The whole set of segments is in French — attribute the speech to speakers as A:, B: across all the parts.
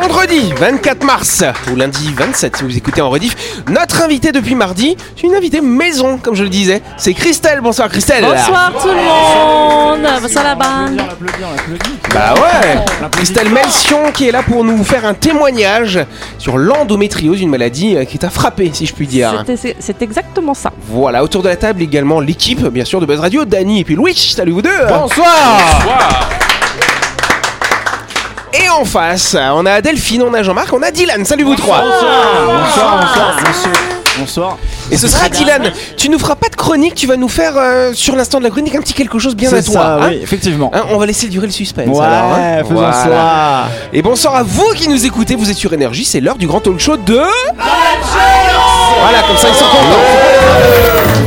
A: Mercredi 24 mars, ou lundi 27 si vous écoutez en rediff, notre invitée depuis mardi, c'est une invitée maison, comme je le disais, c'est Christelle. Bonsoir Christelle.
B: Bonsoir tout le monde. Bonsoir la bande.
A: Bah ouais Christelle Melsion qui est là pour nous faire un témoignage sur l'endométriose, une maladie euh, qui t'a frappé, si je puis dire.
B: C'était- C'est c'est exactement ça.
A: Voilà, autour de la table également l'équipe, bien sûr, de Buzz Radio, Dany et puis Louis, salut vous deux
C: Bonsoir
A: Et en face, on a Delphine, on a Jean-Marc, on a Dylan, salut vous trois
C: Bonsoir, bonsoir, monsieur. Bonsoir.
A: Et ce sera Dylan, tu nous feras pas de chronique, tu vas nous faire euh, sur l'instant de la chronique un petit quelque chose bien à
C: C'est
A: toi.
C: ça,
A: hein.
C: oui, Ah, effectivement.
A: Hein, on va laisser durer le suspense.
C: ouais,
A: alors, hein.
C: faisons
A: Voilà.
C: ça.
A: Et bonsoir à vous qui nous écoutez, vous êtes sur Énergie, c'est l'heure du grand talk show de. Voilà, comme ça ils sont contents.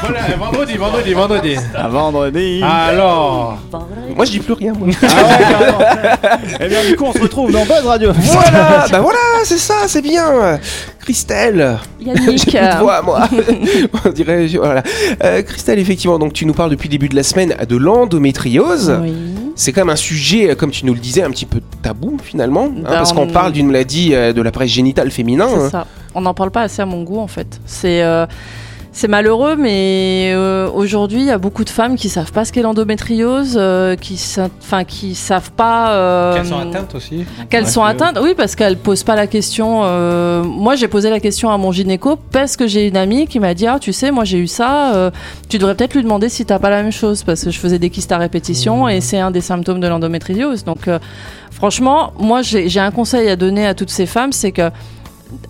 D: Voilà, vendredi, vendredi, vendredi.
C: À vendredi.
D: Alors,
A: Moi je dis plus rien moi.
C: Ah, Eh bien, du coup, on se retrouve dans Buzz Radio.
A: voilà Bah voilà, c'est ça, c'est bien Christelle
B: Yannick.
A: J'ai plus de
B: euh,
A: voix, moi. On dirait, voilà. Euh, Christelle, effectivement, donc tu nous parles depuis le début de la semaine de l'endométriose.
B: oui.
A: C'est quand même un sujet, euh, comme tu nous le disais, un petit peu tabou finalement, hein,
B: Ben,
A: parce qu'on
B: on-
A: parle d'une maladie euh, de l'appareil génital féminin.
B: C'est
A: hein.
B: ça. On n'en parle pas assez à mon goût, en fait. C'est euh, c'est malheureux, mais euh, aujourd'hui, il y a beaucoup de femmes qui savent pas ce qu'est l'endométriose, euh, qui, sa- enfin, qui savent pas. euh,
D: qu'elles sont atteintes aussi.
B: Qu'elles
D: Ouais,
B: sont
D: que-
B: atteintes, oui, parce qu'elles posent pas la question. euh, moi, j'ai posé la question à mon gynéco parce que j'ai une amie qui m'a dit Ah, tu sais, moi j'ai eu ça, euh, tu devrais peut-être lui demander si t'as pas la même chose, parce que je faisais des kystes à répétition et c'est un des symptômes de l'endométriose. Donc, euh, franchement, moi j'ai j'ai un conseil à donner à toutes ces femmes c'est que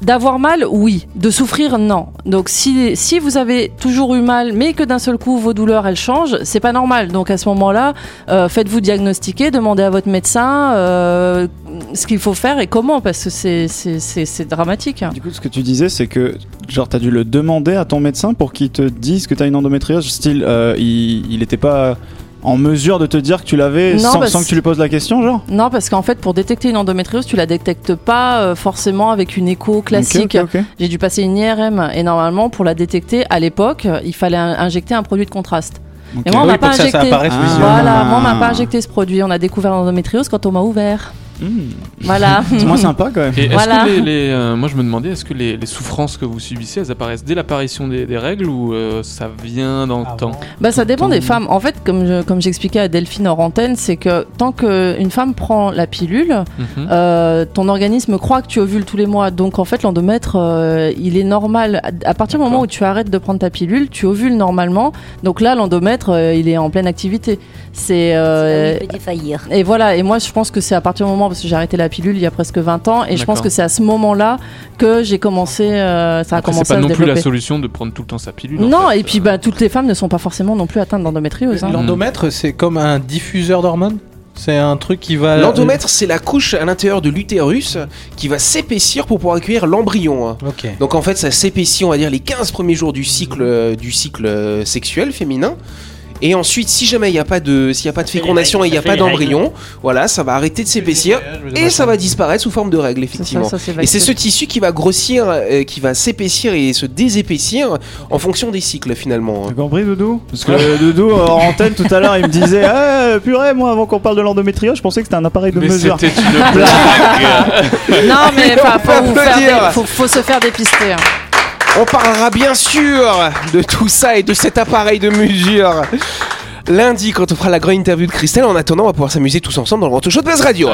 B: D'avoir mal, oui. De souffrir, non. Donc, si, si vous avez toujours eu mal, mais que d'un seul coup vos douleurs elles changent, c'est pas normal. Donc, à ce moment-là, euh, faites-vous diagnostiquer, demandez à votre médecin euh, ce qu'il faut faire et comment, parce que c'est- c'est- c'est c'est dramatique. hein.
C: Du coup, ce que tu disais, c'est que, genre, t'as dû le demander à ton médecin pour qu'il te dise que t'as une endométriose. Style, euh, il, il était pas en mesure de te dire que tu l'avais
B: Non,
C: sans,
B: bah,
C: sans que
B: c'est-
C: tu lui poses la question, genre
B: Non, parce qu'en fait, pour détecter une endométriose, tu la détectes pas euh, forcément avec une écho classique.
C: Ok, ok, ok.
B: J'ai dû passer une IRM et normalement, pour la détecter, à l'époque, il fallait in- injecter un produit de contraste.
C: Ok.
B: Mais moi, on
D: Oui,
B: m'a pas
D: pour que ça, ça
B: injecté.
D: apparaisse
C: Ah.
D: visuellement.
B: Voilà, moi on m'a pas injecté ce produit, on a découvert l'endométriose quand on m'a ouvert.
C: Hmm.
B: Voilà.
C: C'est moins sympa quand même.
E: Et est-ce
B: Voilà.
E: que les, les, euh, moi je me demandais, est-ce que les, les souffrances que vous subissez, elles apparaissent dès l'apparition des, des règles ou euh, ça vient dans
D: Ah
E: le temps
B: Bah, ça dépend des femmes. En fait, comme je- comme j'expliquais à Delphine hors antenne, c'est que tant qu'une femme prend la pilule,
E: Mhm.
B: euh, ton organisme croit que tu ovules tous les mois. Donc en fait, l'endomètre, euh, il est normal. À- À partir du moment
E: D'accord.
B: où tu arrêtes de prendre ta pilule, tu ovules normalement. Donc là, l'endomètre, euh, il est en pleine activité. C'est euh,
F: peut défaillir.
B: Et voilà, et moi je pense que c'est à partir du moment, parce que j'ai arrêté la pilule il y a presque 20 ans, et je
E: D'accord.
B: pense que c'est à ce moment-là que j'ai commencé, euh, ça a
E: Après,
B: commencé
E: c'est pas
B: à se
E: non plus la
B: développer.
E: solution de prendre tout le temps sa pilule. en
B: non,
E: fait.
B: et puis bah, toutes les femmes ne sont pas forcément non plus atteintes d'endométriose. hein.
D: L'endomètre, c'est comme un diffuseur d'hormones C'est un truc qui va.
A: L'endomètre, c'est la couche à l'intérieur de l'utérus qui va s'épaissir pour pouvoir accueillir l'embryon. hein.
D: Ok.
A: Donc en fait, ça s'épaissit, on va dire, les 15 premiers jours du cycle, euh, du cycle euh, sexuel féminin. Et ensuite, si jamais il n'y a pas de, s'il y a pas de fécondation et il n'y a pas d'embryon, voilà, ça va arrêter de s'épaissir et ça va disparaître sous forme de règles,
B: C'est ça,
A: effectivement.
B: ça, c'est
A: Et c'est
B: vacciné.
A: ce tissu qui va grossir, euh, qui va s'épaissir et se désépaissir en fonction des cycles finalement. hein.
C: T'as compris, Doudou Parce que euh, Doudou, euh, en antenne tout à l'heure, il me disait Ah, purée, moi, avant qu'on parle de l'endométriose, je pensais que c'était un appareil de
E: Mais
C: mesure.
E: c'était une blague
B: Non, mais
A: On
B: enfin, faut,
A: peut
B: vous faire des-
A: applaudir.
B: faut- faut se faire dépister. hein.
A: On parlera bien sûr de tout ça et de cet appareil de mesure. Lundi, quand on fera la grande interview de Christelle, en attendant, on va pouvoir s'amuser tous ensemble dans le grand show de Buzz Radio.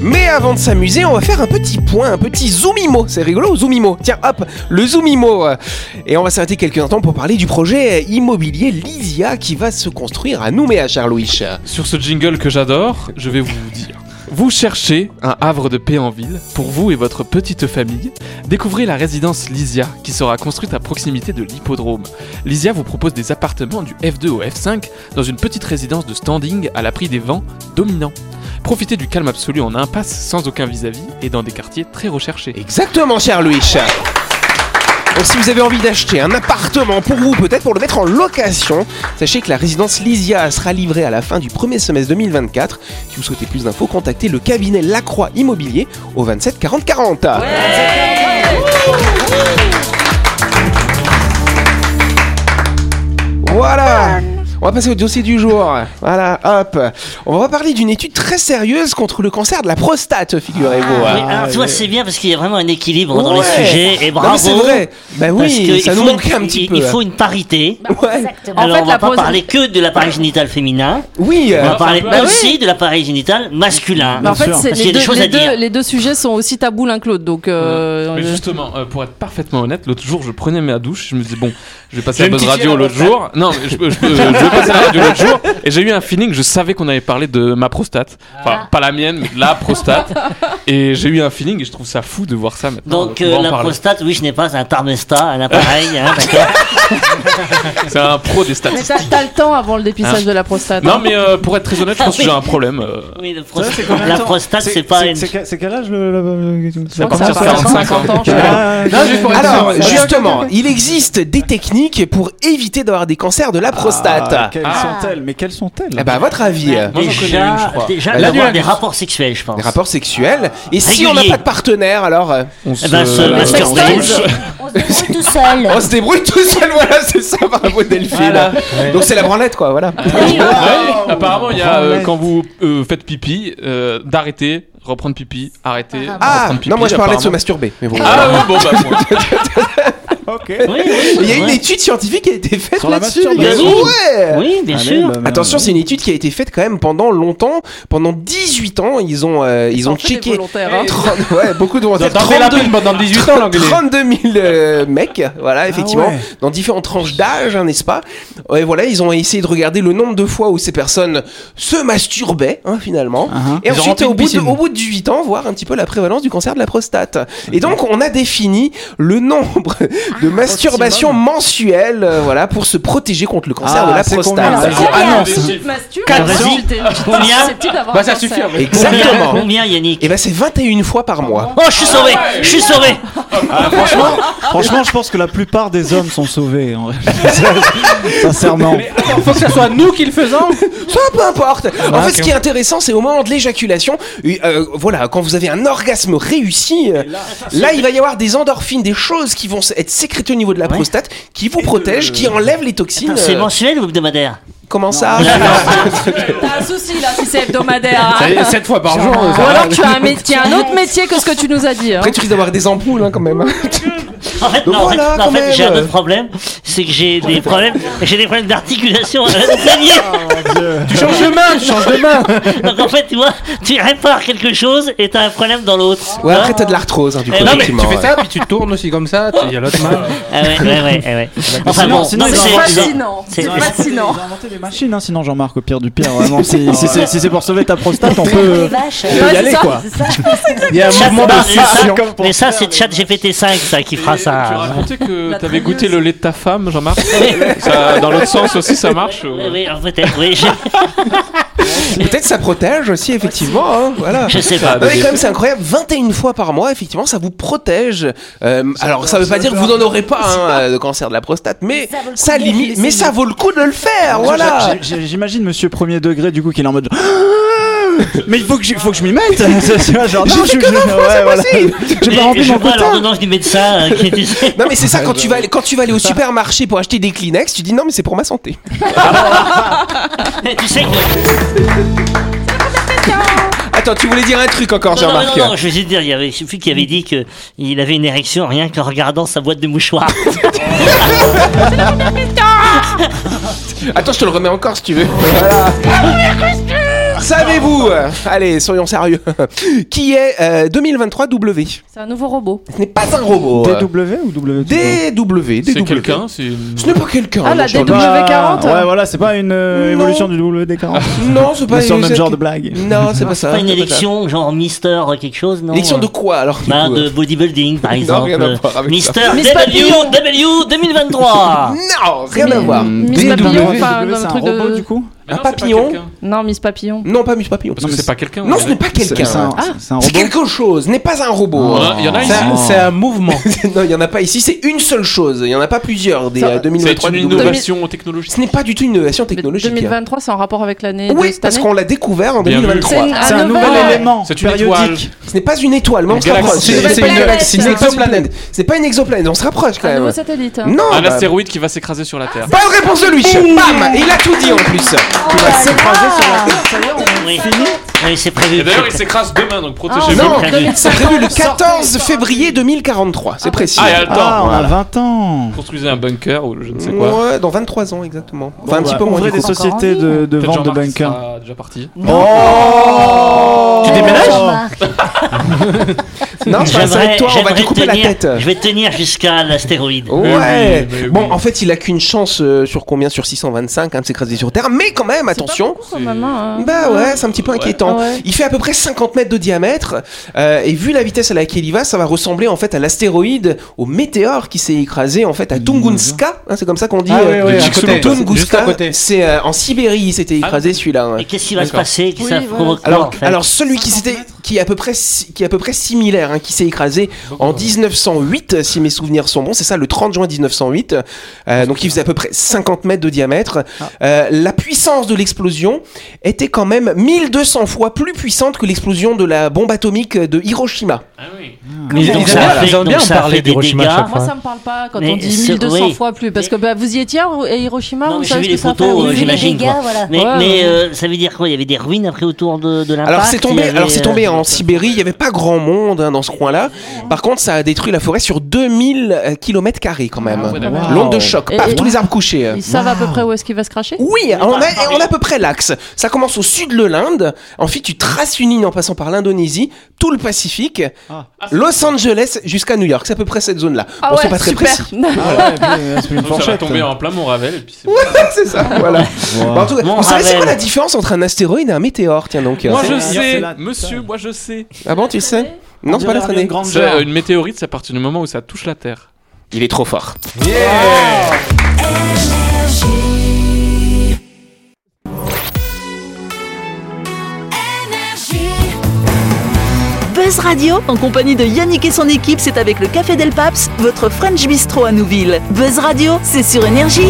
A: Mais avant de s'amuser, on va faire un petit point, un petit zoomimo. C'est rigolo, zoomimo. Tiens, hop, le zoomimo. Et on va s'arrêter quelques instants pour parler du projet immobilier Lysia qui va se construire à Nouméa, Charles-Louis.
E: Sur ce jingle que j'adore, je vais vous dire. Vous cherchez un havre de paix en ville pour vous et votre petite famille Découvrez la résidence Lysia qui sera construite à proximité de l'hippodrome. Lysia vous propose des appartements du F2 au F5 dans une petite résidence de standing à l'abri des vents dominants. Profitez du calme absolu en impasse sans aucun vis-à-vis et dans des quartiers très recherchés.
A: Exactement, cher Louis. Donc, si vous avez envie d'acheter un appartement pour vous, peut-être pour le mettre en location, sachez que la résidence Lysia sera livrée à la fin du premier semestre 2024. Si vous souhaitez plus d'infos, contactez le cabinet Lacroix Immobilier au 27 40 40. Voilà on va passer au dossier du jour. Voilà, hop. On va parler d'une étude très sérieuse contre le cancer de la prostate, figurez-vous.
F: Oui, alors, tu vois, c'est bien parce qu'il y a vraiment un équilibre dans les
A: Ah, Ouais.
F: sujets. Et
A: Non,
F: bravo.
A: mais c'est vrai. Bah
F: Parce que
A: oui, ça
F: il
A: nous
F: faut-
A: manquait un
F: il-
A: petit
F: il,
A: peu. hein.
F: faut une parité.
A: Ouais.
B: En
F: Alors,
B: fait,
F: on va
B: la
F: pas
B: pose-
F: parler que de l'appareil génital féminin.
A: Oui.
F: On
A: euh,
F: va parler
B: bah oui.
F: aussi de l'appareil génital masculin.
B: Mais en
C: Bien
B: fait,
C: sûr.
B: c'est
F: Parce qu'il y
B: les,
F: a des
B: deux,
F: choses
B: les
F: à dire.
B: deux- les deux sujets sont aussi tabous l'un que l'autre. Donc, euh,
E: Mais
B: euh,
E: justement, euh, pour être parfaitement honnête, l'autre jour je prenais ma douche, je me disais bon, je vais passer
A: Je
E: à
A: vais me
E: Buzz
A: piquer
E: Radio
A: la
E: l'autre jour. Non, mais je, je- je- je vais passer à la radio l'autre jour et j'ai eu un feeling, je savais qu'on avait parlé de ma prostate. Enfin, pas la mienne, mais de la prostate. Et j'ai eu un feeling et je trouve ça fou de voir ça maintenant.
F: Donc,
E: qu'on
F: euh,
E: va en
F: la
E: parler.
F: prostate, oui, je n'ai pas un tarmesta, un appareil. hein, d'accord.
E: C'est un pro des
B: mais
E: statistiques.
B: t'as t'as le temps avant le dépistage de la prostate.
E: Non,
B: hein.
E: mais euh, pour être très honnête, je pense que j'ai un problème. euh,
F: Oui, le prostate- la prostate, c'est pas une.
C: C'est c'est quel âge le. bah, euh, le- le-
B: Je crois que
E: à partir de
B: c'est à
E: 45 ans.
B: 50 ans. je crois.
C: Ah,
A: Alors,
C: ça va.
A: justement, il existe des techniques pour éviter d'avoir des cancers de la prostate.
C: Ah, quelles
E: Ah.
C: sont-elles Mais quelles sont-elles
A: Eh ben, à votre avis, euh,
E: Moi, j'en connais
F: déjà,
E: une, je crois.
F: déjà
A: La
F: d'avoir
A: nuit,
F: des
A: la-
F: rapports sexuels, je pense.
A: des rapports sexuels. Et si
F: Régulier.
A: on n'a pas de partenaire, alors euh,
E: On
F: Eh ben, se
E: euh,
F: masturber.
E: on se douche.
G: On se débrouille tout seul.
C: Oh,
A: on se débrouille tout seul. Voilà, c'est ça, bravo Delphine. Donc c'est la branlette, quoi. Voilà.
F: Ah,
E: Ouais, apparemment, il y a euh,
C: Branlette.
E: quand vous euh, faites pipi, euh, d'arrêter, reprendre pipi, arrêter.
A: Ah,
E: reprendre pipi,
A: non, moi je parlais de se
E: apparemment.
A: masturber. Mais bon.
E: Ah ouais, bon bah moi.
C: Ok.
F: Oui, oui,
A: Il y a
F: c'est
A: une
F: vrai.
A: étude scientifique qui a été faite
C: Sur la
A: là-dessus. les gars.
F: masturbation.
A: Ouais.
F: Oui, bien
C: Ah,
F: sûr.
C: mais, bah, mais,
A: Attention, c'est une étude qui a été faite quand même pendant longtemps, pendant 18 ans, ils ont euh, ils,
B: En
A: ont
B: fait, les
A: checké
B: volontaires, hein.
A: 30 ouais, beaucoup de volontaires,
D: Dans la
A: 32
D: pub pendant 18 ans, l'anglais.
A: 32 000 euh, mecs, voilà, effectivement,
C: Ah ouais.
A: dans différentes tranches d'âge, hein, n'est-ce pas Et voilà, ils ont essayé de regarder le nombre de fois où ces personnes se masturbaient, hein, finalement.
C: Ah,
A: Et
D: Ils ont
A: ensuite,
D: rempli
A: au
D: une
A: bout, de,
D: piscine.
A: au bout de 18 ans, voir un petit peu la prévalence du cancer de la prostate. Et donc, on a défini le nombre
C: Ah,
A: de masturbations mensuelles, euh, voilà, pour se protéger contre le cancer
C: Ah,
A: de la
C: c'est
A: prostate.
C: combien, ça
B: Si t'es
C: Ah, non,
B: un
C: c'est-
B: petit masturbe,
F: Quatre
B: tu-
F: ans.
B: tu- tu- tu-
F: Combien
B: c'est petit d'avoir
D: Bah
B: un
D: ça
B: cancer.
D: suffit. mais-
F: Combien,
A: Exactement.
F: combien, Yannick
A: Et ben, c'est 21 fois par mois.
F: Oh, je suis sauvé,
B: Ah,
F: je suis sauvé.
C: franchement, bah. franchement, je pense que la plupart des hommes sont sauvés. en vrai. Sincèrement.
D: Il faut que ce soit nous qui le faisons.
A: Ça, peu importe.
F: Ah bah,
A: En fait, ce qui est intéressant, c'est au moment de l'éjaculation. et, euh, voilà, quand vous avez un orgasme réussi, euh, là, il va y avoir des endorphines, des choses qui vont s- être sécrétées au niveau de la
F: Ouais.
A: prostate, qui vous protègent, qui enlèvent les toxines.
F: C'est
A: euh,
F: mensuel ou hebdomadaire
A: Comment ça
B: T'as un souci là si c'est hebdomadaire. hein.
D: 7 fois par jour.
B: Ou alors tu as un, métier, un autre métier que ce que tu nous as dit. hein.
A: Après, tu risques d'avoir des ampoules hein, quand même.
F: En fait,
A: Donc
F: non, en
A: voilà,
F: fait- non, en
A: quand
F: fait,
A: même.
F: j'ai un autre problème, c'est que j'ai des problèmes, j'ai des problèmes d'articulation euh, au poignet.
D: Tu changes de main, tu changes de main.
F: Donc en fait, tu vois, tu répares quelque chose et t'as un problème dans l'autre.
A: Ouais,
F: Hein
A: après, t'as de l'arthrose, hein, du coup.
F: Eh non, mais
D: Tu
A: effectivement,
D: fais
A: ouais.
D: ça, puis tu tournes aussi comme ça, tu- il y a l'autre main.
F: Ah ouais, ouais, ouais, ouais, ouais. Enfin
C: sinon-
F: bon,
C: sinon,
F: non,
C: ils
F: mais
C: ont-
B: C'est
F: c'est-
B: fascinant. C'est
F: c'est-
B: fascinant.
C: Les machines, hein, sinon Jean-Marc, au pire du pire, vraiment. Si, si c'est si c'est pour sauver ta prostate, on
G: Les
C: peut. euh,
G: vaches.
C: on peut
B: Ouais,
C: y
B: c'est
C: aller
B: ça,
C: quoi.
D: Il y a un
F: Ça,
D: mouvement
F: c'est-
D: de
F: ça,
D: scission.
F: Mais ça, c'est chat GPT-5 Ah, ça qui fera
E: Et Tu
F: ça.
E: racontais que
B: La
E: t'avais
B: traîneuse.
E: goûté le lait de ta femme, Jean-Marc Ça, Dans l'autre sens aussi, ça marche euh, ou-
F: Oui, oui, peut-être, oui, je,
A: Peut-être ça protège aussi, effectivement. hein, voilà.
F: je sais pas.
A: Non, mais quand même, c'est incroyable. 21 fois par mois, effectivement, ça vous protège. Euh, alors, ça veut pas dire que vous n'en aurez pas, hein, euh, de cancer de la prostate, mais
G: Ça vaut le coup
A: ça
G: d'aller
A: limite, mais
G: l'essayer.
A: ça vaut le coup de le faire, voilà.
C: J'ai- j'ai- J'imagine monsieur premier degré du coup qu'il est en mode. "Ah, Mais il faut que je, faut que je m'y mette. Tu vois, genre, non, je- je- ouais, voilà. J'ai pas
F: Et
C: rempli
F: je
C: mon
F: vois
C: quota.
F: l'ordonnance du médecin euh, qui disait.
A: Non mais c'est ça quand tu vas aller, quand tu vas aller au supermarché pour acheter des Kleenex, tu dis non mais c'est pour ma santé.
F: Tu sais que.
A: Attends, tu voulais dire un truc encore,
F: Non, non,
A: Jean-Marc.
F: non, non, je veux juste dire, il y avait celui qui avait dit que il avait une érection rien qu'en regardant sa boîte de mouchoirs.
A: Attends, je te le remets encore si tu veux. Savez-vous, euh, allez, soyons sérieux, qui est euh, 2023W
B: C'est un nouveau robot.
A: Ce n'est pas un robot. euh,
C: DW ou W
A: DW,
E: C'est
A: DW.
E: quelqu'un, c'est une-
A: Ce n'est pas quelqu'un.
B: Ah, la
A: non, je-
B: DW. W40,
C: Bah, Ouais,
B: hein.
C: voilà, c'est pas une euh,
A: Non.
C: évolution du WD40.
A: Non, c'est pas
C: C'est sur le même
A: c'est-
C: genre de blague.
A: Non, c'est pas ça.
F: C'est pas une
A: c'est ça.
F: élection, genre Mister quelque chose, non
A: Élection de quoi alors du
F: Bah,
A: coup, euh
F: de bodybuilding par
A: Non,
F: exemple. euh,
A: rien à voir avec
F: Mister
B: Miss Papillon.
F: WW 2023
A: Non, rien à
B: Mais-
A: voir.
B: Miss
A: DW.
B: Papillon,
C: DW,
B: enfin,
C: c'est
B: un
C: un
B: truc de-
C: robot du coup
E: Mais
A: un
E: non, Ah, c'est pas
A: papillon.
E: quelqu'un.
B: Non, Miss Papillon.
A: Non, pas Miss Papillon.
E: Parce que c'est pas quelqu'un.
A: Non,
E: on
A: ce
E: dirait.
A: n'est pas
C: C'est c'est
A: quelqu'un.
C: un, c'est un
A: C'est
C: robot
A: quelque chose, ce n'est pas un robot.
E: Il y en a- il y en a
D: C'est
E: ici.
D: un- C'est un mouvement.
A: non, il n'y en a pas ici, c'est une seule chose. Il n'y en a pas plusieurs des
B: Ça-
A: euh,
E: C'est
A: 2023
E: une
A: W.
E: innovation technologique.
A: Ce n'est pas du tout une innovation
B: Mais
A: technologique.
B: 2023, c'est en rapport avec l'année de
A: Oui,
B: cette
A: parce
B: année.
A: qu'on l'a découvert en
E: Bien vu.
A: 2023.
B: C'est une-
C: C'est
B: Ah,
C: un
B: nouvelle.
C: nouvel élément
E: C'est une étoile.
C: périodique.
A: Ce n'est pas une étoile, mais on
E: Une
A: se rapproche.
E: galaxie.
A: C'est-
B: C'est
A: C'est
B: une
A: une
B: planète.
A: galaxie, c'est
B: Un
A: pas une
B: nouveau
A: planète. C'est pas une exoplanète, on se rapproche quand
B: Un nouveau
A: même.
B: satellite. hein.
A: Non,
E: Un
A: bah,
E: astéroïde Ah, qui va s'écraser sur la Terre.
A: bonne réponse de lui. Bam, il a tout dit en plus.
G: Oh là là.
F: Oui, Oui, c'est prévu.
E: Et d'ailleurs, il s'écrase demain, donc
B: Ah,
E: protégez-vous.
A: Non,
F: prévu.
A: c'est prévu le 14 février 2043, c'est précis.
E: Ah, il y a le
C: Ah,
E: temps.
C: on a 20 ans
E: Construisez un bunker ou je ne sais quoi.
A: Ouais, dans 23 ans exactement. Enfin, un
C: Bon,
A: petit
C: bah,
A: peu moins.
C: ouvrez
A: du
C: des
A: coup.
C: sociétés de, de
E: Peut-être
C: vente de
E: Jean-Marc
C: bunkers.
E: sera déjà parti.
C: Oh
G: Tu
C: déménages
A: Non, je vais
F: J'aimerais-
A: avec toi, on va
F: j'aimerais
A: te couper la
F: tenir-
A: tête. Oh,
F: Je vais tenir jusqu'à l'astéroïde.
A: Ouais.
E: Mais oui, mais oui.
A: Bon, en fait, il a qu'une chance euh, sur combien Sur 625 hein, de s'écraser sur Terre, mais quand même, attention.
B: C'est pas beaucoup, quand même, hein.
A: Bah ouais, c'est un petit peu inquiétant.
B: Ouais.
A: Il fait à peu près 50 mètres de diamètre euh, et vu la vitesse à laquelle il va, ça va ressembler en fait à l'astéroïde, au météore qui s'est écrasé en fait à Tunguska. hein, c'est comme ça qu'on dit.
D: Ah
A: euh,
D: ouais, ouais,
A: de
D: à
A: Chicxulub.
D: côté. Juste à
A: Tunguska,
D: côté.
A: c'est euh, en Sibérie, il s'était
E: Ah.
A: écrasé celui-là. hein.
F: Et qu'est-ce qui va se
E: D'accord.
F: passer qui
B: Oui,
F: ça
B: voilà.
F: provoque quoi,
A: Alors,
F: en fait
A: alors celui qui s'était, qui est à peu près, si- qui est à peu près similaire, hein, qui s'est écrasé en 1908, si mes souvenirs sont bons, c'est ça, le 30 juin 1908. Euh, donc, il faisait à peu près 50 mètres de diamètre. Euh, la puissance de l'explosion était quand même 1200 fois plus puissante que l'explosion de la bombe atomique de Hiroshima.
B: Ah
A: Ah.
F: Mais
D: Ils-
F: donc
D: ils
F: ça
D: aiment-
F: fait-
D: ils aiment
F: donc
D: bien
F: ça
D: parler
F: fait des
D: d'Hiroshima
F: dégâts.
D: à chaque
B: Moi,
D: fois.
B: ça me parle pas quand
F: Mais
B: on dit
F: ce-
B: 1200
F: oui.
B: fois plus. Parce que bah, vous y étiez à à Hiroshima,
F: Non,
B: vous
F: mais j'ai
B: savez
F: vu
B: ce que
F: les
B: ça
C: Oh,
F: photos,
B: fait.
G: J'ai
F: euh,
G: vu les
F: j'imagine,
G: dégâts,
F: quoi.
G: voilà.
F: Mais,
B: Ouais,
F: mais
B: ouais.
F: euh, ça veut dire quoi Il y avait des ruines après autour de, de l'impact
A: Alors c'est
F: il
A: tombé,
F: y avait,
A: alors c'est tombé
F: euh,
A: en Sibérie, il y avait pas grand monde hein, dans ce coin-là. Par contre, ça a détruit la forêt sur 2000 km carrés quand même.
E: Ah ouais, d'accord.
A: L'onde de choc,
B: Et-
A: paf,
B: et-
A: tous les arbres couchés. euh.
B: Ils savent à peu près où est-ce qu'il va se cracher
A: Oui, on a, on a à peu près l'axe. Ça commence au sud de l'Inde. Ensuite, tu traces une ligne en passant par l'Indonésie, tout le Pacifique, Los Angeles jusqu'à New York. C'est à peu près cette zone-là.
B: Ah
A: bon,
B: ouais,
A: c'est pas très
B: super.
A: précis.
C: Ah C'est une
E: Donc, ça va
C: fourchette.
E: tomber en plein Mont-Ravel. et puis c'est-
A: c'est ça, voilà.
C: Wow.
A: Bon, en tout cas,
F: Bon,
A: vous savez, c'est quoi
F: Ravel.
A: la différence entre un astéroïde et un météore Tiens donc.
E: Moi
A: euh,
E: je
C: C'est- c'est
E: sais,
C: là,
E: monsieur, moi je sais.
A: Ah bon, tu sais Non, c'est pas la traînée.
E: C'est, euh, Une météorite, c'est à partir du moment où ça touche la Terre.
A: Il est trop fort.
H: Buzz Radio, en compagnie de Yannick et son équipe, c'est avec le Café Del Paps, votre French Bistro à Nouville. Buzz Radio, c'est sur Énergie.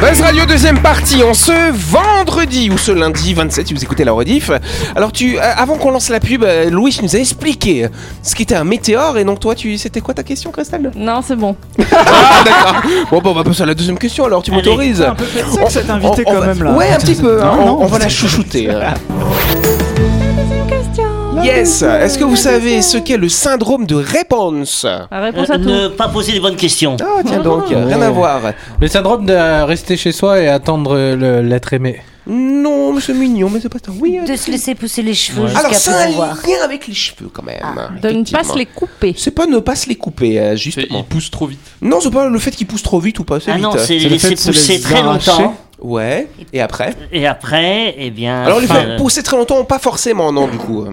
A: Buzz Radio deuxième partie en ce vendredi ou ce lundi 27 si vous écoutez la rediff. Alors tu euh, avant qu'on lance la pub, euh, Louis nous a expliqué ce qu'était un météore et donc toi tu c'était quoi ta question Christelle
B: Non, c'est bon.
A: Ah d'accord. Bon bah on va passer à la deuxième question alors tu
F: Allez.
A: m'autorises.
C: Un peu fait
A: On-
C: cet
A: on-
C: invité
A: on
C: quand
A: va-
C: même là.
A: Ouais un petit peu. hein,
C: Non,
A: on,
C: non,
A: on va
C: c'est-
A: la chouchouter. hein. Yes. Est-ce que vous savez ce qu'est le syndrome de réponse
B: La
F: euh,
B: réponse à tout.
F: ne pas poser les bonnes questions.
A: Ah tiens donc rien à voir.
D: Le syndrome de rester chez soi et attendre le- l'être aimé.
A: Non mais c'est mignon mais c'est pas tant. Oui. euh,
G: De se laisser pousser les cheveux
A: Alors
G: jusqu'à
A: ça a
G: peu
A: un
G: voir. Ah,
A: lien avec les cheveux quand même. hein,
B: De ne pas
A: effectivement.
B: se les couper.
A: C'est pas ne pas se les couper, euh,
E: C'est-
A: justement.
E: Il pousse trop vite.
A: Non, c'est pas le fait qu'ils poussent trop vite ou pas assez
F: Ah
A: vite.
F: non, c'est les
C: C'est le fait
F: laisser
C: de se les
F: pousser très
C: arracher.
F: longtemps.
A: Ouais, et après
F: Et après, eh
C: Ah,
F: bien.
A: Alors, les
F: enfin,
A: faire pousser très longtemps, pas forcément, non, du coup.
F: ah.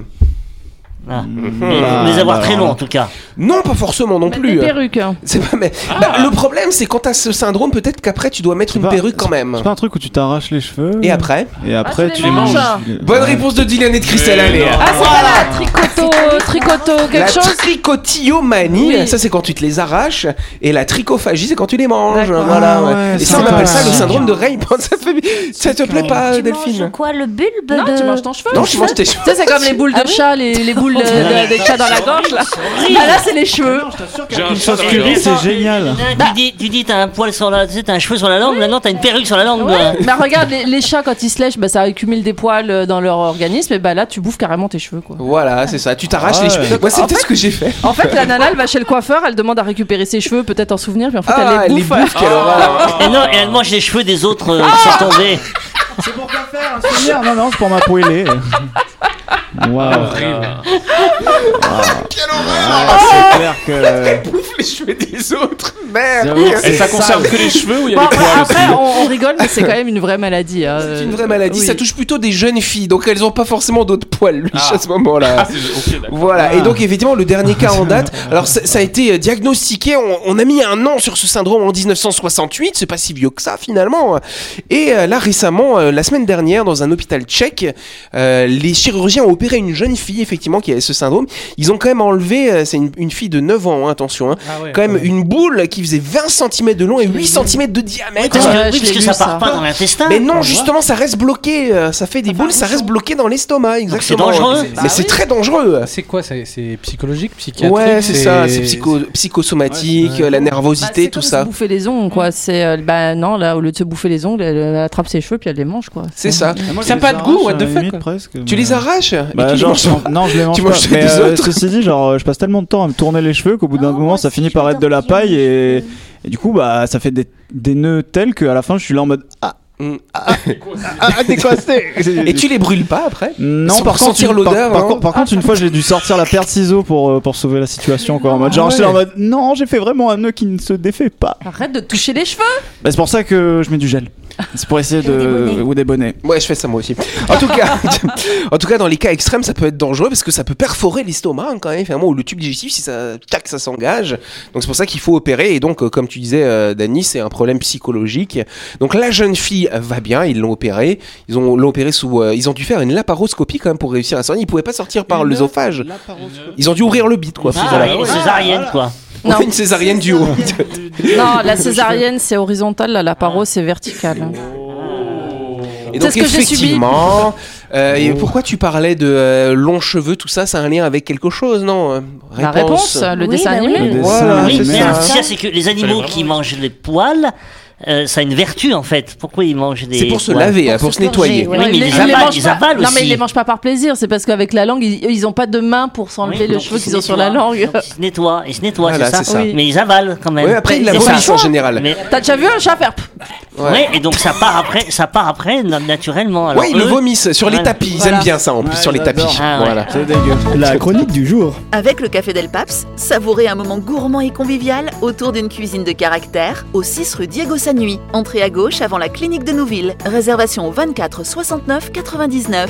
F: Mais,
A: Ah,
F: mais avoir
C: bah,
F: très long
C: alors.
F: en tout cas.
A: Non, pas forcément non
B: Mettre des
A: plus. euh.
B: perruques. hein.
A: C'est pas, mais... Bah, le problème, c'est quand t'as ce syndrome, peut-être qu'après, tu dois mettre
C: Ah. C'est
A: une
C: pas-
A: perruque quand même.
C: C'est pas un truc où tu t'arraches les cheveux
A: Et après
C: Et après
B: Ah, tu
C: tu
B: les manges.
A: Bonne réponse de Dylan et de Christelle,
E: Mais
A: allez.
E: non.
B: Ah, c'est pas la tricoto, tricoto,
A: La
B: quelque chose
A: tricotillomanie,
B: Oui.
A: ça c'est quand tu te les arraches, et la tricophagie c'est quand tu les manges.
B: D'accord.
A: Voilà,
C: Ah
A: ouais.
C: ouais,
A: et
C: c'est
A: ça on appelle ça le
C: classique.
A: syndrome de Raymond. Ça, te fait- ça te plaît pas,
G: tu
A: Delphine
G: manges quoi le bulbe
B: Non,
G: de...
B: tu manges ton cheveu.
A: Euh, Non, Ah je mange tes cheveux.
B: Tu sais, c'est comme les boules de chat, les, les boules
F: Oh,
B: de, de- des chats dans la gorge, là. Ah, là, c'est les cheveux.
E: J'ai un
C: Une chose
E: chat
C: que
E: dans la
C: dit, c'est
F: Attends,
C: génial. Bah.
F: tu- Tu dis, tu dis, t'as un poil sur la, tu sais, t'as un cheveu sur la langue. Maintenant, t'as une perruque sur la langue.
B: Ouais. Bah, regarde, les, les chats, quand ils se lèchent, bah, ça accumule des poils euh, dans leur organisme, et bah là, tu bouffes carrément tes cheveux, quoi.
A: Voilà, c'est ça. Tu t'arraches
C: Ah
A: les
C: ouais.
A: cheveux. Moi, c'est peut-être ce que j'ai fait.
B: En fait, la nana, elle va chez le coiffeur, elle demande à récupérer ses cheveux, peut-être en souvenir, puis en fait,
A: Ah,
B: elle
A: les
B: les bouffe.
A: bouffes, quelle horreur.
B: Ah
F: Et non, et elle mange les cheveux des autres euh, qui sont tombés.
C: C'est pour faire un souvenir Non, non, c'est pour ma poêlée. Waouh. Ah, c'est clair que.
A: les cheveux des autres. Merde.
C: J'avoue que
E: Et ça
C: C'est sale. Bah,
E: concerne
C: ah,
E: que les cheveux ou il y
B: Bon,
E: a des
B: après,
E: poils aussi
B: après, on, on rigole, mais c'est quand même une vraie maladie. hein.
A: C'est une vraie maladie,
B: Oui.
A: ça touche plutôt des jeunes filles, donc elles ont pas forcément d'autres poils, lui,
E: Ah.
A: à ce moment-là.
E: Ah, c'est- ok, d'accord.
A: Voilà, et donc effectivement, le dernier cas en date, alors ça, ça a été euh, diagnostiqué, on, on a mis un nom sur ce syndrome en 1968, c'est pas si vieux que ça finalement. Et euh, là récemment, euh, la semaine dernière, dans un hôpital tchèque, euh, les chirurgiens ont opéré une jeune fille effectivement qui avait ce syndrome. Ils ont quand même enlevé, euh, c'est une, une fille de 9 ans, hein, attention, hein,
D: Ah ouais,
A: quand même une boule qui faisait 20 cm de long et 8 cm de diamètre.
F: Parce
B: Ouais,
F: que,
B: je
F: oui, parce
B: l'ai
F: que
B: lu,
F: ça
B: ça.
F: part pas dans
B: Ah,
F: l'intestin. Ah,
A: Mais
B: bah
A: non, justement, ça reste bloqué. euh, Ça fait des boules, ça reste bloqué dans l'estomac,
F: Donc c'est
A: exactement.
F: dangereux.
A: Mais c'est très dangereux.
D: Ah, C'est quoi C'est c'est psychologique, psychiatrique
A: Ouais, c'est ça, c'est psycho- psychosomatique,
D: Ouais, c'est-
A: euh, la
B: Bah,
A: nervosité,
B: c'est
A: tout
B: comme
A: ça.
B: Se bouffer les ongles, quoi. C'est euh, bah non, là au lieu de se bouffer les ongles, elle, elle attrape ses cheveux puis elle les mange, quoi.
A: C'est ça.
D: Ça a pas de goût, what the fuck, quoi.
C: fuck
A: Tu les arraches
C: Bah,
A: et tu les
C: genre,
A: manges.
C: je- non, je les mange
A: Tu
C: pas.
A: manges ceux
C: mais
A: des
C: euh,
A: autres.
C: ceci dit, genre, je passe tellement de temps à me tourner les cheveux qu'au bout d'un
G: Ah,
C: moment,
G: moi
C: ça
G: aussi,
C: finit
G: je
C: par être de la
G: m'endors,
C: paille et,
G: je-
C: et du coup, bah, ça fait des, des nœuds tels qu'à la fin, je suis là en mode ah,
A: Mm.
C: ah, ah, ah, décoincé.
A: Et tu les brûles pas après
C: Non,
A: Sans
C: par contre,
A: sentir
C: une- par-
A: l'odeur,
C: Par,
A: hein.
C: contre- par contre, une fois, j'ai dû sortir la paire de ciseaux pour, euh, pour sauver la situation, quoi. En mode, genre, j'étais en mode, non, j'ai fait vraiment un nœud qui ne se défait pas.
B: Arrête de toucher les cheveux.
C: Bah, c'est pour ça que je mets du gel. C'est pour essayer
G: Ou des
C: de.
G: bonnets.
C: Ou des bonnets.
A: Ouais, je fais ça moi aussi. En tout cas, en tout cas, dans les cas extrêmes, ça peut être dangereux parce que ça peut perforer l'estomac hein, quand même, finalement, ou le tube digestif si ça, tac, ça s'engage. Donc c'est pour ça qu'il faut opérer. Et donc, euh, comme tu disais, euh, Dani, c'est un problème psychologique. Donc la jeune fille euh, va bien, ils l'ont opérée. Ils ont l'ont opérée sous, euh, ils ont dû faire une laparoscopie quand même pour réussir à sortir. Ils pouvaient pas sortir par l'œsophage. Ils ont dû ouvrir le bide, quoi.
F: Ah,
A: Voilà.
F: ouais, césarienne, quoi.
A: On
B: Non.
A: fait une césarienne du haut.
B: Non, la césarienne c'est horizontal, là, la paro c'est vertical.
A: Et
B: C'est
A: donc
B: ce que j'ai subi.
A: effectivement, euh, et
C: Oh.
A: pourquoi tu parlais de euh, longs cheveux, tout ça, ça a un lien avec quelque chose, non euh,
B: La réponse, le
G: Oui,
B: dessin
G: bah oui.
B: animé.
C: Le
A: Voilà,
C: dessin,
F: Oui,
C: c'est
F: mais
C: ça.
F: alors, ce qu'il y a, c'est que les animaux
E: vraiment
F: qui mangent les poils, euh, ça a une vertu en fait. Pourquoi ils mangent des.
A: C'est pour se
F: poils
A: laver, hein, pour, se nettoyer.
F: Oui, mais ils
B: les
F: avalent,
B: mangent
F: ils
B: pas-
F: avalent
B: Non, mais ils
F: aussi.
B: les mangent pas par plaisir, c'est parce qu'avec la langue, ils, ils ont pas de main pour s'enlever
F: Oui,
B: les
F: donc
B: cheveux
F: ils
B: qu'ils
F: se
B: ont sur la
F: nettoient.
B: langue.
F: Donc, Ils se nettoient, ils se nettoient,
A: Voilà,
F: c'est ça.
A: c'est ça.
B: Oui.
F: Mais ils avalent quand même.
A: Ouais, après, ils
F: C'est
A: la
F: ça.
A: vomissent en général.
F: Mais-
B: T'as déjà vu un chat faire pff
A: Ouais.
F: ouais. et donc ça part après, ça part après na- naturellement. Alors,
A: ouais, ils le
F: eux-
A: vomissent sur les
F: Voilà.
A: tapis, ils
B: Voilà.
A: aiment bien ça en plus,
C: Ouais,
A: sur les
C: ils
A: tapis.
C: adorent.
F: Ah ouais.
A: voilà.
C: C'est dégueu.
I: La chronique du jour.
H: Avec le Café Del Paps, savourez un moment gourmand et convivial autour d'une cuisine de caractère au 6 rue Diego Sanui. Entrée à gauche avant la clinique de Nouville. Réservation au 24 69 99.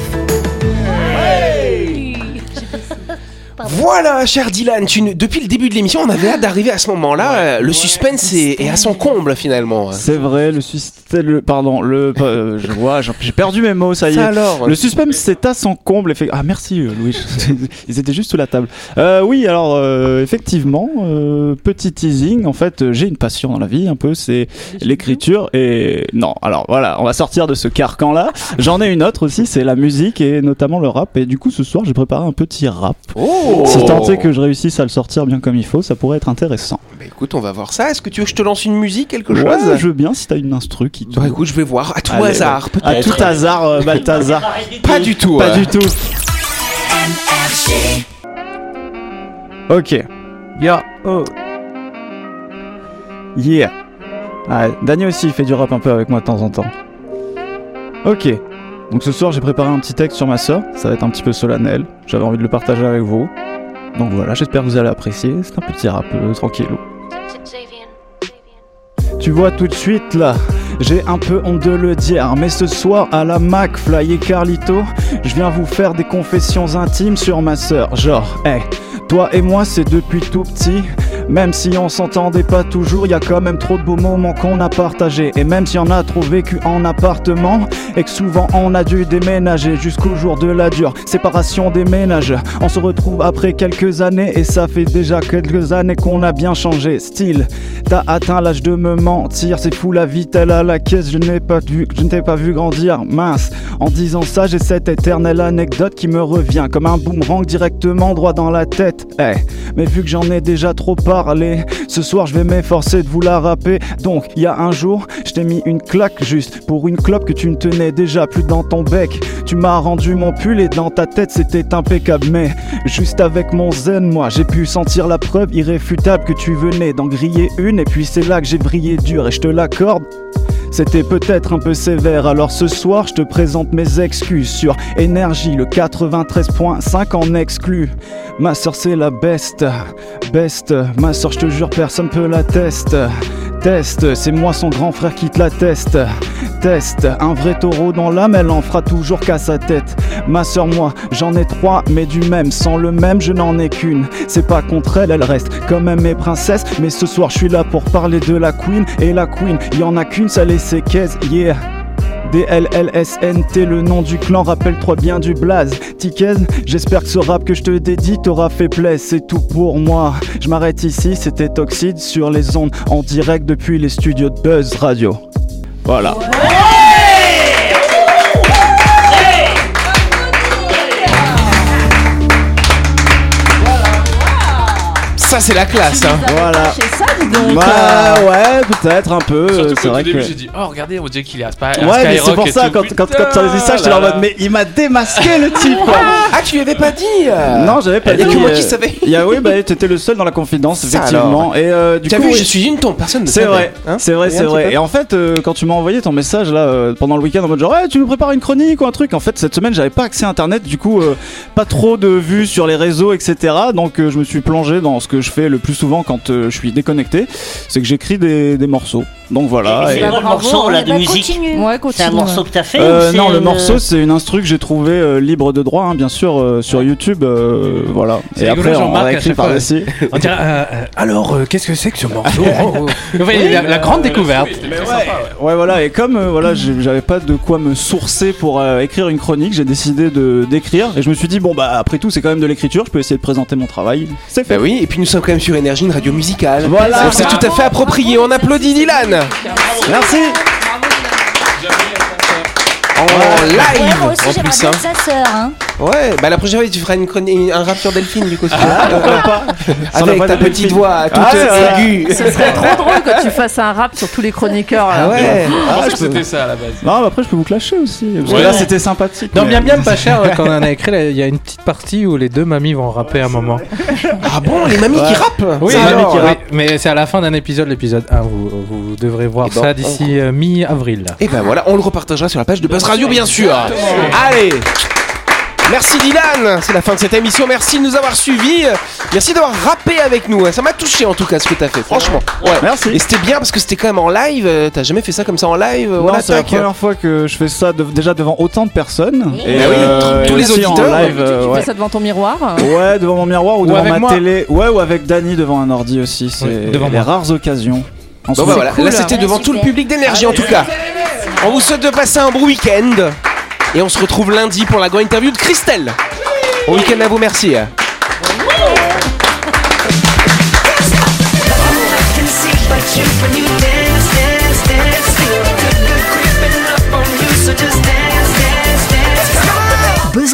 G: Bah,
A: Voilà, cher Dylan, tu ne- depuis le début de l'émission, on avait hâte d'arriver à ce moment-là. euh, le suspense est, est à son comble finalement.
C: C'est vrai, le suspense. Le, pardon, le. euh, je vois, j'ai j'ai perdu mes mots, ça y
A: Ça
C: est.
A: alors
C: Le suspense c'est à son comble. effe- Ah merci euh, Louis, ils étaient juste sous la table. Euh, oui alors euh, effectivement, euh, petit teasing, en fait euh, j'ai une passion dans la vie un peu, c'est l'écriture et non alors voilà, on va sortir de ce carcan là. J'en ai une autre aussi, c'est la musique et notamment le rap et du coup ce soir j'ai préparé un petit rap.
A: Oh
C: Si tant est que je réussisse à le sortir bien comme il faut, ça pourrait être intéressant.
A: Bah écoute, on va voir ça. Est-ce que tu veux que je te lance une musique, quelque chose
C: Ouais, je veux bien si t'as une instru qui te...
A: Bah écoute, je vais voir. À tout
C: Allez, bah,
A: hasard,
C: à
A: peut-être.
C: tout hasard euh, Balthazar.
A: Pas du tout. hein.
C: Pas
A: ouais.
C: du tout. Ok. Yeah. Oh. Yeah. Ah, Daniel aussi, il fait du rap un peu avec moi de temps en temps. Ok. Donc ce soir, j'ai préparé un petit texte sur ma sœur. Ça va être un petit peu solennel. J'avais envie de le partager avec vous. Donc voilà, j'espère que vous allez apprécier. C'est un petit rap euh, tranquillou. Tu vois tout de suite là, j'ai un peu honte de le dire, mais ce soir à la Mac, Fly et Carlito, je viens vous faire des confessions intimes sur ma sœur. Genre, hey, toi et moi c'est depuis tout petit. Même si on s'entendait pas toujours, y a quand même trop de beaux moments qu'on a partagés. Et même si on a trop vécu en appartement, et que souvent on a dû déménager jusqu'au jour de la dure séparation des ménages. On se retrouve après quelques années et ça fait déjà quelques années qu'on a bien changé. Style, t'as atteint l'âge de me mentir, c'est fou la vie telle à la caisse, je n'ai pas vu, je ne t'ai pas vu grandir, mince. En disant ça, j'ai cette éternelle anecdote qui me revient comme un boomerang directement droit dans la tête. Eh, mais vu que j'en ai déjà trop parlé, ce soir je vais m'efforcer de vous la rapper. Donc, il y a un jour, je t'ai mis une claque juste pour une clope que tu ne tenais déjà plus dans ton bec. Tu m'as rendu mon pull et dans ta tête c'était impeccable. Mais juste avec mon zen, moi j'ai pu sentir la preuve irréfutable que tu venais d'en griller une. Et puis c'est là que j'ai brillé dur et je te l'accorde. C'était peut-être un peu sévère, alors ce soir je te présente mes excuses sur Énergie, le 93.5 en exclu. Ma soeur c'est la best, best, ma soeur je te jure personne peut la teste. Test, c'est moi son grand frère qui te la teste. Test, un vrai taureau dans l'âme, elle en fera toujours qu'à sa tête. Ma sœur, moi, j'en ai trois, mais du même. Sans le même, je n'en ai qu'une. C'est pas contre elle, elle reste quand même mes princesses. Mais ce soir, je suis là pour parler de la queen. Et la queen, y en a qu'une, ça les ses caisses, yeah. DLLSNT, le nom du clan, rappelle-toi bien du blaze. Tikez, j'espère que ce rap que je te dédie t'aura fait plaisir, c'est tout pour moi. Je m'arrête ici, c'était Toxide sur les ondes, en direct depuis les studios de Buzz Radio. Voilà.
A: Ça, c'est la classe. hein.
C: Voilà.
B: Chez ça, dis donc.
C: Bah ouais, peut-être un peu. euh,
E: Surtout
C: C'est
E: qu'au
C: vrai
E: tout début,
C: que.
E: j'ai dit, oh regardez, on dirait qu'il est à Spa- à
C: Ouais, mais c'est
E: Skyrock
C: pour
E: et
C: ça,
E: tout.
C: quand, quand,
E: Putain,
C: quand t'as dit ça, j'étais là en
E: là,
C: mode,
E: là.
C: mais il m'a démasqué le type quoi.
A: Ah, tu lui avais pas dit
E: Ah.
A: euh,
C: Non, j'avais pas
A: y a
C: dit.
A: que moi qui
C: euh,
A: savais.
C: y a- oui, bah t'étais le seul dans la confidence,
A: Ça
C: effectivement. Et euh, du
A: T'as
C: coup.
A: vu,
C: oui.
A: je suis une tombe, personne ne
C: C'est
A: savait,
C: vrai,
A: hein.
C: c'est
A: Et
C: vrai,
A: un
C: c'est
A: petit peu.
C: vrai. Et en fait, euh, quand tu m'as envoyé ton message là euh, pendant le week-end en mode genre, ouais, tu nous prépares une chronique ou un truc. En fait, cette semaine, j'avais pas accès à internet, du coup, euh, pas trop de vues sur les réseaux, etc. Donc, euh, je me suis plongé dans ce que je fais le plus souvent quand euh, je suis déconnecté, c'est que j'écris des, des morceaux. Donc voilà.
F: Et
C: et-
F: c'est quoi le morceau là de
G: Bah,
F: musique
G: continue.
B: Ouais,
F: C'est
B: continue.
F: un morceau que t'as fait
C: Euh,
F: ou c'est
C: non, le
F: une-
C: morceau, c'est une instru que j'ai trouvé euh, libre de droit, hein, bien sûr, euh, sur YouTube. euh, voilà.
D: C'est
C: Et
D: rigolo,
C: après, on
D: Jean-Marc,
C: a
D: à
C: écrit
D: chaque fois.
C: par-dessus.
D: On dirait, euh, euh, alors, euh, qu'est-ce que c'est que ce morceau Oh, oh. Enfin, la, la grande découverte.
C: Ouais, voilà. Et comme euh, voilà, j'ai- j'avais pas de quoi me sourcer pour euh, écrire une chronique, j'ai décidé de d'écrire. Et je me suis dit, bon, bah, après tout, c'est quand même de l'écriture, je peux essayer de présenter mon travail. Euh, C'est fait.
A: Bah oui, et puis nous sommes quand même sur Énergie, une radio musicale.
C: Voilà.
A: Donc c'est tout à fait approprié. On applaudit Dylan
C: Merci.
A: en
G: Ouais,
A: live
G: moi aussi,
A: en
G: j'aimerais
A: plus.
G: bien
A: Hein.
G: être sa sœur. Hein.
A: Ouais, bah la prochaine fois tu feras une chroni- un rap sur Delphine du coup. si tu veux. Avec ta petite voix toute
C: Ah, c'est vrai.
A: aiguë.
B: Ce serait trop drôle que tu fasses un rap sur tous les chroniqueurs.
A: Ah
B: là.
A: ouais.
E: Je pensais
C: Ah,
E: que
C: je peux-
E: c'était ça à la base.
C: Non, mais après, je peux vous clasher aussi. Parce que
E: Ouais.
C: là, c'était sympathique.
D: Dans
C: mais-
D: Bien Bien Pas Cher, euh, quand on en a écrit, là, il y a une petite partie où les deux mamies vont rapper un moment.
A: Ah bon, les mamies qui rappent
D: Oui,
A: Ça
D: mamies
A: alors,
D: qui
A: ouais.
D: rappent. mais c'est à la fin d'un épisode, l'épisode 1. Vous, vous devrez voir
A: Et ben,
D: ça d'ici euh, mi-avril. là.
A: Et ben voilà, on le repartagera sur la page de Buzz Radio bien sûr. Allez Merci Dylan, c'est la fin de cette émission. Merci de nous avoir suivis. Merci d'avoir rappé avec nous. Ça m'a touché en tout cas ce que t'as fait, franchement. Ouais.
C: Merci.
A: Et c'était bien parce que c'était quand même en live. euh, T'as jamais fait ça comme ça en live. euh,
C: Non,
A: voilà,
C: c'est la
A: tac.
C: première fois que je fais ça de- déjà devant autant de personnes. Et,
A: Bah oui, tous les
C: aussi en
A: auditeurs.
C: live, euh,
B: Tu
C: ouais.
B: fais ça devant ton miroir.
C: Ouais, devant mon miroir ou, devant
D: avec
C: ma
D: moi.
C: télé. Ouais, ou avec Dany devant un ordi aussi. C'est
D: Oui, devant
C: les
D: moi.
C: rares occasions. En
A: Bon, bah, voilà.
C: hein.
A: Là, c'était
G: Ouais,
A: devant tout le
G: super.
A: public d'énergie en tout cas. On vous souhaite de passer un bon week-end. Et on se retrouve lundi pour la grande interview de Christelle. Au week-end à vous, merci.
H: Buzz